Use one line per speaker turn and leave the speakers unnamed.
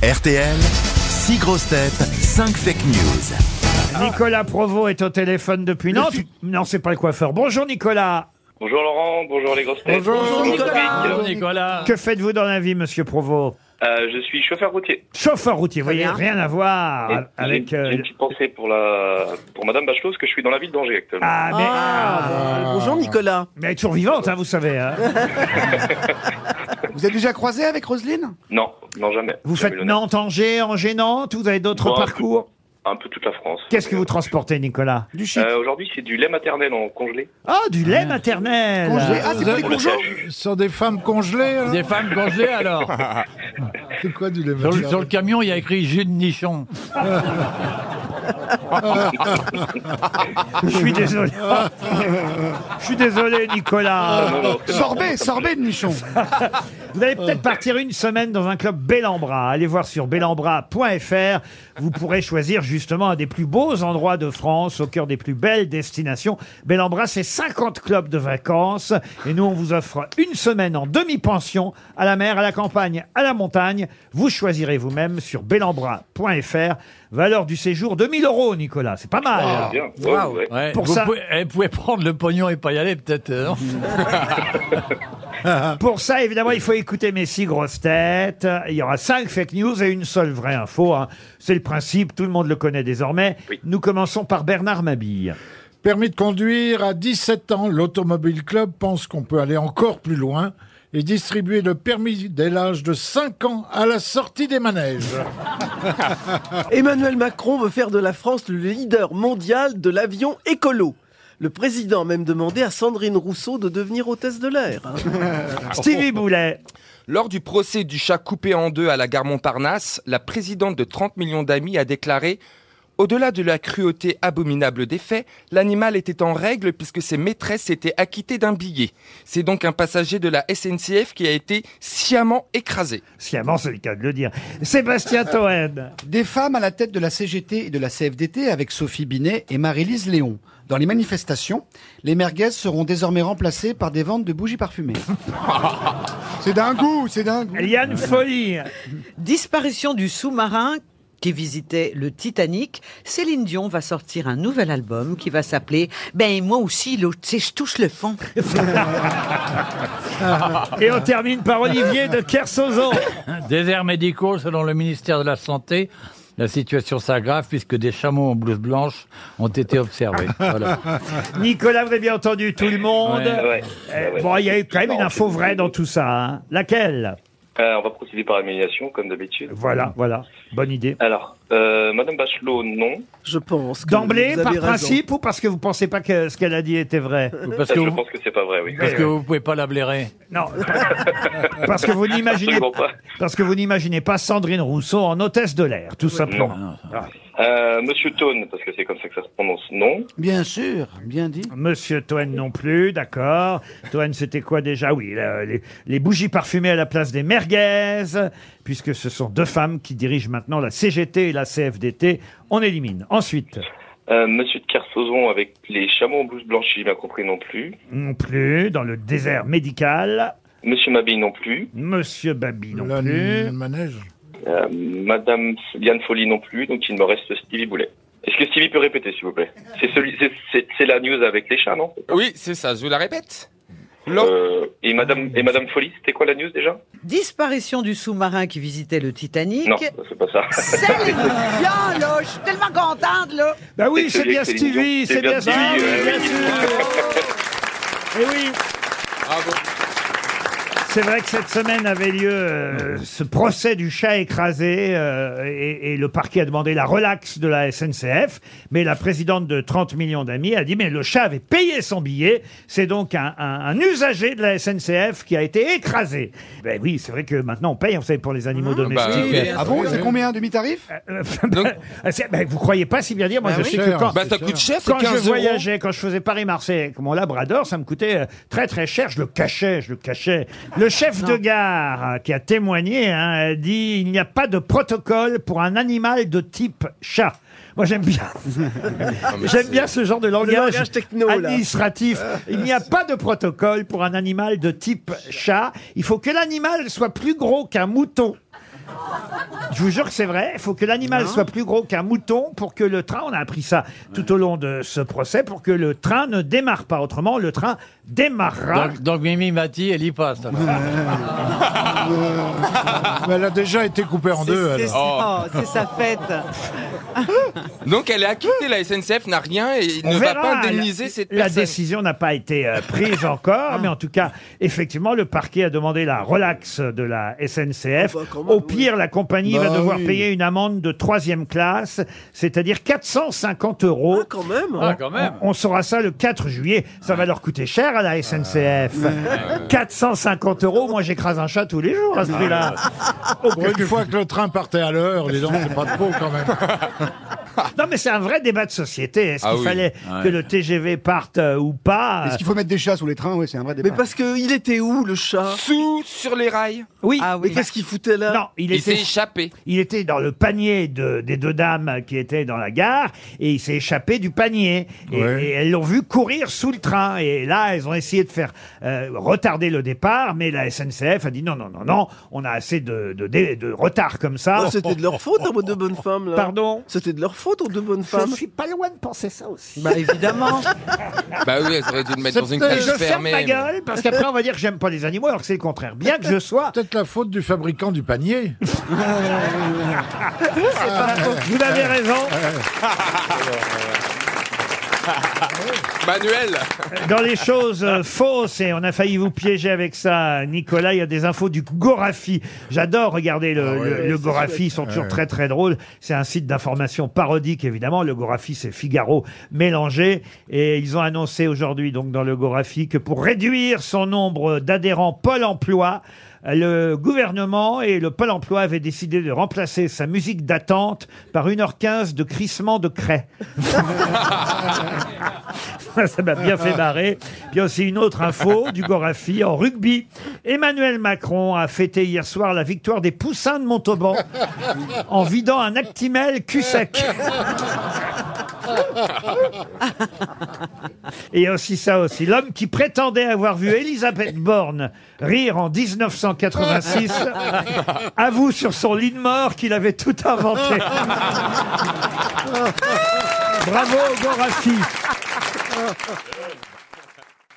RTL, 6 grosses têtes, 5 fake news.
Nicolas Provost est au téléphone depuis Nantes. Non, c'est pas le coiffeur. Bonjour Nicolas.
Bonjour Laurent, bonjour les grosses têtes.
Bonjour Nicolas.
public. Ah.
Nicolas.
Que faites-vous dans la vie, monsieur Provost
Euh, je suis chauffeur routier.
Chauffeur routier, vous voyez,
bien.
rien à voir
Et
avec...
j'ai,
euh,
j'ai une petite pensée pour la pour Madame Bachelot parce que je suis dans la ville d'Angers actuellement.
Ah, mais,
Ah, bonjour Nicolas.
mais elle est toujours vivante, hein, vous savez. hein.
Vous êtes déjà croisé avec Roselyne
Non, non jamais.
Vous
Jamais
faites
l'honneur.
Nantes-Angers, Angers-Nantes, vous avez d'autres
Bon, un peu-
parcours.
un peu toute la France.
Qu'est-ce que vous transportez, Nicolas
Du shit.
euh, Aujourd'hui, c'est du lait maternel en congelé.
Ah, du lait maternel
Congelé. Ah, c'est pas les
Pour le
courgeaux
CHU.
Ce sont des femmes congelées. hein
Des femmes congelées alors.
C'est quoi du lait
Sur le,
maternel
sur le camion, il y a écrit jus de nichon.
Je suis désolé. Je suis désolé, Nicolas.
Ah, Non, non, c'est
Sorbet,
marrant, ça me
sorbet de nichon.
Vous allez peut-être partir une semaine dans un club Bellambra. Allez voir sur bellambra.fr. Vous pourrez choisir justement un des plus beaux endroits de France, au cœur des plus belles destinations. Bellambra, c'est 50 clubs de vacances. Et nous, on vous offre une semaine en demi-pension à la mer, à la campagne, à la montagne. Vous choisirez vous-même sur bellambra.fr. Valeur du séjour 2000 euros, Nicolas. C'est pas mal.
plaît bien. Ouais, ouais.
Ouais,
Pour
vous
ça-
pouvez, elle pouvait prendre le pognon et pas y aller peut-être. euh, non
Pour ça, évidemment, il faut écouter mes six grosses têtes. Il y aura cinq fake news et une seule vraie info. hein. C'est le principe, tout le monde le connaît désormais.
Oui.
Nous commençons par Bernard Mabille.
Permis de conduire à 17 ans, l'Automobile Club pense qu'on peut aller encore plus loin et distribuer le permis dès l'âge de 5 ans à la sortie des manèges.
Emmanuel Macron veut faire de la France le leader mondial de l'avion écolo. Le président a même demandé à Sandrine Rousseau de devenir hôtesse de l'air. hein.
Stevie Boulet.
Lors du procès du chat coupé en deux à la gare Montparnasse, la présidente de 30 millions d'amis a déclaré Au-delà de la cruauté abominable des faits, l'animal était en règle puisque ses maîtresses s'étaient acquittées d'un billet. C'est donc un passager de la SNCF qui a été sciemment écrasé.
Sciemment, c'est le cas de le dire. Sébastien Toen.
Des femmes à la tête de la CGT et de la CFDT avec Sophie Binet et Marie-Lise Léon. Dans les manifestations, les merguez seront désormais remplacées par des ventes de bougies parfumées. c'est d'un goût, c'est d'un goût.
Yann Folie.
Disparition du sous-marin qui visitait le Titanic, Céline Dion va sortir un nouvel album qui va s'appeler Ben moi aussi, l'autre, c'est je touche le fond.
Et on termine par Olivier de Kersozo.
Déserts médicaux, selon le ministère de la Santé, la situation s'aggrave puisque des chameaux en blouse blanche ont été observés. Voilà.
Nicolas, vous avez bien entendu tout le monde.
Ouais.
Ah Ouais.
Eh,
Ouais, ouais.
Bon, il y a eu quand même une
Non,
info
c'est-
vraie dans tout ça. hein. Laquelle
Euh, on va procéder par élimination comme d'habitude.
Voilà, voilà. Bonne idée.
Alors, euh, Madame Bachelot, non.
Je pense. que
D'emblée,
vous
par
avez raison.
principe ou parce que vous pensez pas que ce qu'elle a dit était vrai
Parce
Ça,
que
je
vous,
pense que c'est pas vrai, oui.
parce que vous pouvez pas la blairer.
Non, parce que vous n'imaginez
Absolument pas.
parce que vous n'imaginez pas Sandrine Rousseau en hôtesse de l'air, tout simplement.
Euh, Monsieur Tone, parce que c'est comme ça que ça se prononce, non.
Bien sûr, bien dit.
Ah, Monsieur Toen non plus, d'accord. Toen, c'était quoi déjà Oui, la- les, les bougies parfumées à la place des merguez, puisque ce sont deux femmes qui dirigent maintenant la CGT et la CFDT. On élimine. Ensuite,
Euh, Monsieur de Kersauzon avec les chameaux en blouse blanche, j'ai bien compris non plus.
non plus, dans le désert médical.
Monsieur Mabille non plus.
Monsieur Babi non
Le
plus.
manège.
Euh, Madame Yann Folly non plus. Donc il me reste Stevie Boulet. Est-ce que Stevie peut répéter, s'il vous plaît C'est celui, c'est- c'est c'est la news avec les chats, non
Oui, c'est ça, je vous la répète. Lors-
euh, Et Madame et Madame Folly, c'était quoi la news déjà
Disparition du sous-marin qui visitait le Titanic.
Non, c'est pas ça.
Céline Dion, là, je suis tellement contente, là.
Bah oui,
C'est
c'est bien
celui avec
Stevie,
Céline Dion.
c'est bien
C'est
Stevie,
bien Stevie,
bien
ouais,
sûr. Et oui.
Ah
C'est vrai que cette semaine avait lieu euh, ce procès du chat écrasé euh, et, et le parquet a demandé la relaxe de la SNCF. Mais la présidente de 30 millions d'amis a dit mais le chat avait payé son billet. C'est donc un, un- un usager de la SNCF qui a été écrasé. Ben oui, c'est vrai que maintenant on paye, on sait, pour les animaux domestiques.
bah oui,
Ah bon, c'est combien, demi-tarif
Donc-
C'est- ben, vous croyez pas si bien dire Moi je
Ah oui.
sais que
Cher.
quand,
Bah, ça
c'est
coûte cher, c'est
quand je
15 euros.
voyageais, quand je faisais Paris-Marseille avec mon labrador, ça me coûtait euh, très très cher. Je le cachais, je le cachais. Le chef de gare euh, qui a témoigné hein, a dit il n'y a pas de protocole pour un animal de type chat. Moi, j'aime bien.
Ah,
Ah,
j'aime bien ce genre de langage,
langage techno, là. Ah.
administratif. Il n'y a pas de protocole pour un animal de type chat. Il faut que l'animal soit plus gros qu'un mouton. Je vous jure que c'est vrai. Il faut que l'animal soit plus gros qu'un mouton pour que le train, on a appris ça tout au long de ce procès, pour que le train ne démarre pas. Autrement, le train
Ah.
démarrera.
Donc, donc Mimi Mati, elle y passe. alors.
Ah. Mais elle a déjà été coupée en deux.
C'est
alors.
ça, Oh, c'est sa fête.
Donc elle est acquittée, la SNCF n'a rien et
On
ne va
verra.
pas
La-
indemniser cette
La
personne.
décision n'a pas été euh, prise encore, mais en tout cas, effectivement, le parquet a demandé la relax de la SNCF.
Ah bah, quand même,
Au
oui.
pire, la compagnie
Bah
va devoir
oui.
payer une amende de troisième classe, c'est-à-dire 450 euros.
Ah, quand même.
Ah, quand même.
On saura ça le 4 juillet. Ça va leur coûter cher à la SNCF. 450 euros, moi j'écrase un chat tous les jours à ce prix-là.
Pour une fois que le train partait à l'heure, les gens, c'est pas trop quand même.
Non mais c'est un vrai débat de société. Est-ce
Ah
qu'il
oui.
fallait que le TGV parte euh, ou pas
Est-ce qu'il faut mettre des chats sous les trains Oui, c'est un vrai débat.
Mais parce que il était où le chat
Sous sur les rails,
Oui.
Ah
Mais
oui.
qu'est-ce qu'il foutait là
Non, il
il s'est
était,
échappé.
il était dans le panier de, des deux dames qui étaient dans la gare et il s'est échappé du panier. Et,
Ouais.
et elles l'ont vu courir sous le train. Et là, elles ont essayé de faire euh, retarder le départ, mais la SNCF a dit non, non, non, non, on a assez de, de, dé- de retard comme ça.
Ah, C'était de leur faute, aux deux bonnes femmes là.
Pardon
C'était de leur faute, aux deux bonnes femmes.
suis pas loin de penser ça aussi.
Bah évidemment.
Bah oui, ça aurait dû le mettre
C'est
dans une
peut-être-
cage
je ferme
fermée.
ma
mais-
gueule parce qu'après on va dire que j'aime pas les animaux alors que c'est le contraire. Bien que je sois,
Peut-être la faute du fabricant du panier.
Ah, vous avez raison.
Manuel
Dans les choses euh, fausses, et on a failli vous piéger avec ça, Nicolas, il y a des infos du Gorafi. J'adore regarder le, le- le Gorafi, ils sont toujours très très drôles. C'est un site d'information parodique, évidemment. Le Gorafi, c'est Figaro mélangé. Et ils ont annoncé aujourd'hui, donc dans le Gorafi, que pour réduire son nombre d'adhérents Pôle emploi, le gouvernement et le Pôle emploi avaient décidé de remplacer sa musique d'attente par 1h15 de crissement de craie. Ça m'a bien fait barrer. Puis il y a aussi une autre info du Gorafi en rugby. Emmanuel Macron a fêté hier soir la victoire des Poussins de Montauban en vidant un actimel cul sec. Et il y a aussi ça aussi. L'homme qui prétendait avoir vu Elisabeth Borne rire en 1986 avoue sur son lit de mort qu'il avait tout inventé. Bravo Gorafi.